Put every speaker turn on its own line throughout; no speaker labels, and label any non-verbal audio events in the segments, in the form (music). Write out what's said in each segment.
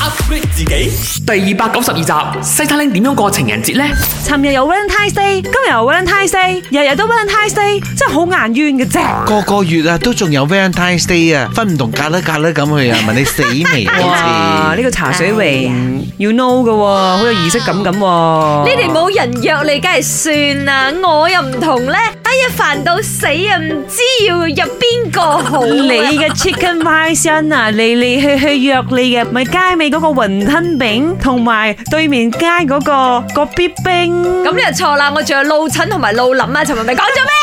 upgrade 自己。第二百九十二集，西塔玲點樣過情人節呢？
尋日有 Valentine's Day，今日有 Valentine's Day，日日都 Valentine's Day，真係好眼冤嘅啫。
個個月啊，都仲有 Valentine's Day 啊，分唔同格啦格啦咁去啊，問你死未？
(laughs) 哇！呢個茶水榮要 know 嘅喎，好有儀式感咁喎。
你哋冇人約你，梗係算啦。我又唔同咧，哎呀煩到死啊！唔知要入邊個好啊。
你嘅 chicken rice 因啊，嚟嚟去去約你嘅，咪街尾嗰個雲吞餅，同埋對面街嗰個個必冰。
咁你又錯啦，我仲有老陳同埋老林啊！尋日咪講咗
(laughs)
咩？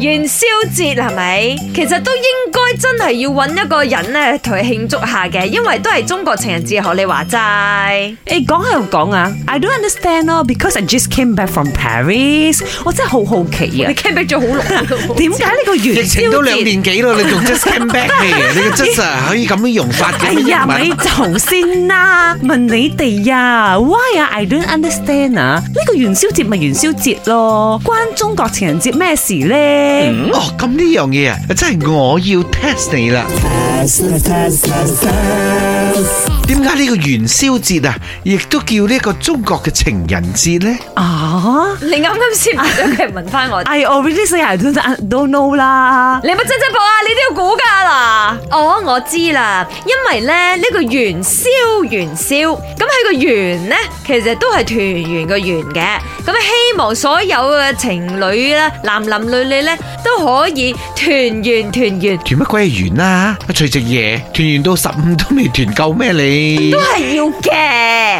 元宵節係咪？其實都應該真係要揾一個人咧同佢慶祝下嘅，因為都係中國情人節，學你話齋。
誒講喺度講啊，I don't understand 咯，because I just came back from Paris，我真係好好奇啊
你，c a 咗好耐
(laughs)
喎，
點解呢個
疫
元宵
情都兩
節？
年幾咯，你仲 just come back 咩？你個 just 啊可以咁樣用法嘅
哎
咩？
呀，
英文
咪嘈先啦！問你哋呀，Why 啊？I don't understand 啊！呢個元宵節咪元宵節咯，關中國情人節咩事咧？
哦，咁呢樣嘢啊，真係我要 test 你啦。點解呢個元宵節啊，亦都叫呢個中國嘅情人節呢？
啊
你啱啱先唔想佢問翻
(laughs)
我。
！I already say I don't I don't know 啦。
你乜真真博啊？你都要估噶嗱。哦，我知啦，因為咧呢、個元宵元宵，咁喺個圓呢，其實都係團圓個圓嘅。咁希望所有嘅情侶咧，男男女女咧都可以團圓團圓。
團乜鬼係圓啊？除夕夜團完到十五都未團夠咩你？
都係要嘅，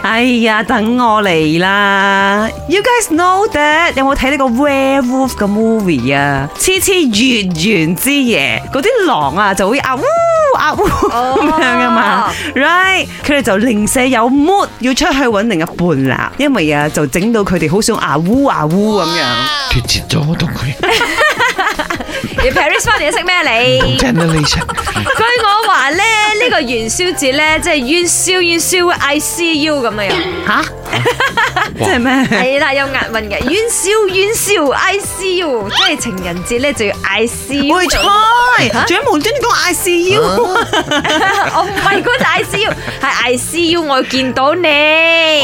哎呀，等我嚟啦！You guys know that 有冇睇呢個 werewolf 嘅 movie 啊？次次月圓之夜，嗰啲狼啊就會啊嗚啊嗚
哦
咁樣噶嘛，right？佢哋就零舍有 mood 要出去揾另一半啦，因為啊就整到佢哋好想啊嗚啊嗚咁樣。
脱節咗同佢
你 Paris 翻嚟識咩你？
generation。
據我話咧，呢個元宵節咧，即係元宵元宵 ICU 咁嘅樣。
吓？即係咩？
系啦，有押韻
(laughs)
嘅，冤笑冤笑 I C U，即係情人節咧就要 I C U。啊
會
嚇
猜，仲有無端端講 ICU，
(laughs) 啊我唔係嗰隻 I C U，係 I C U，我見到你。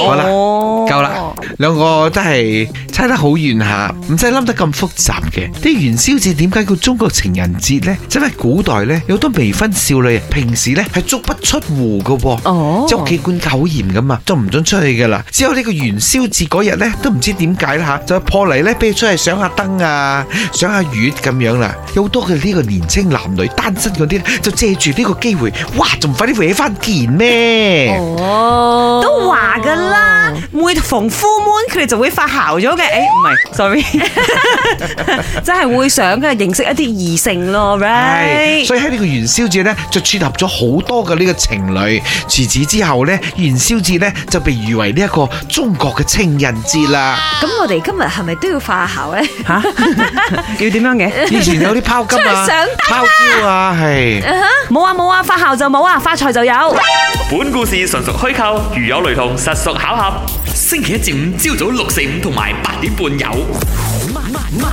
好啦，
哦
夠啦，兩個真係猜得好遠下，唔使諗得咁複雜嘅。啲元宵節點解叫中國情人節呢？因為古代呢，有好多未婚少女啊，平時呢係足不出戶嘅喎，
哦
即係屋企管教好嚴噶嘛，都唔准出去噶啦。只有呢個元宵節嗰日呢，都唔知點解啦嚇，就破例呢，俾佢出去賞下燈啊，賞下月咁樣啦。有好多嘅呢個年青男女單身嗰啲呢，就借住呢個機會，哇，仲快啲搲翻件咩？
哦，
都話噶啦，每逢 full moon 佢哋就會發姣咗嘅。誒哎唔係，sorry，真係會想嘅認識一啲異性咯
係，
，right？
所以喺呢個元宵節呢，就撮合咗好多嘅呢個情侶。自此之後呢，元宵節呢就被譽為呢一個中國嘅情人節
(laughs)
啦。
咁我哋今日係咪都要化校咧？
嚇， (laughs) 要點樣 (laughs) 嘅？
以前有啲拋金啊
出去上燈、
拋蕉啊，係。
冇啊冇啊，發姣就冇啊，發財就有。
本故事純屬虛構，如有雷同，實屬巧合。
星期一至五朝早六四五同埋八點半有。慢慢慢，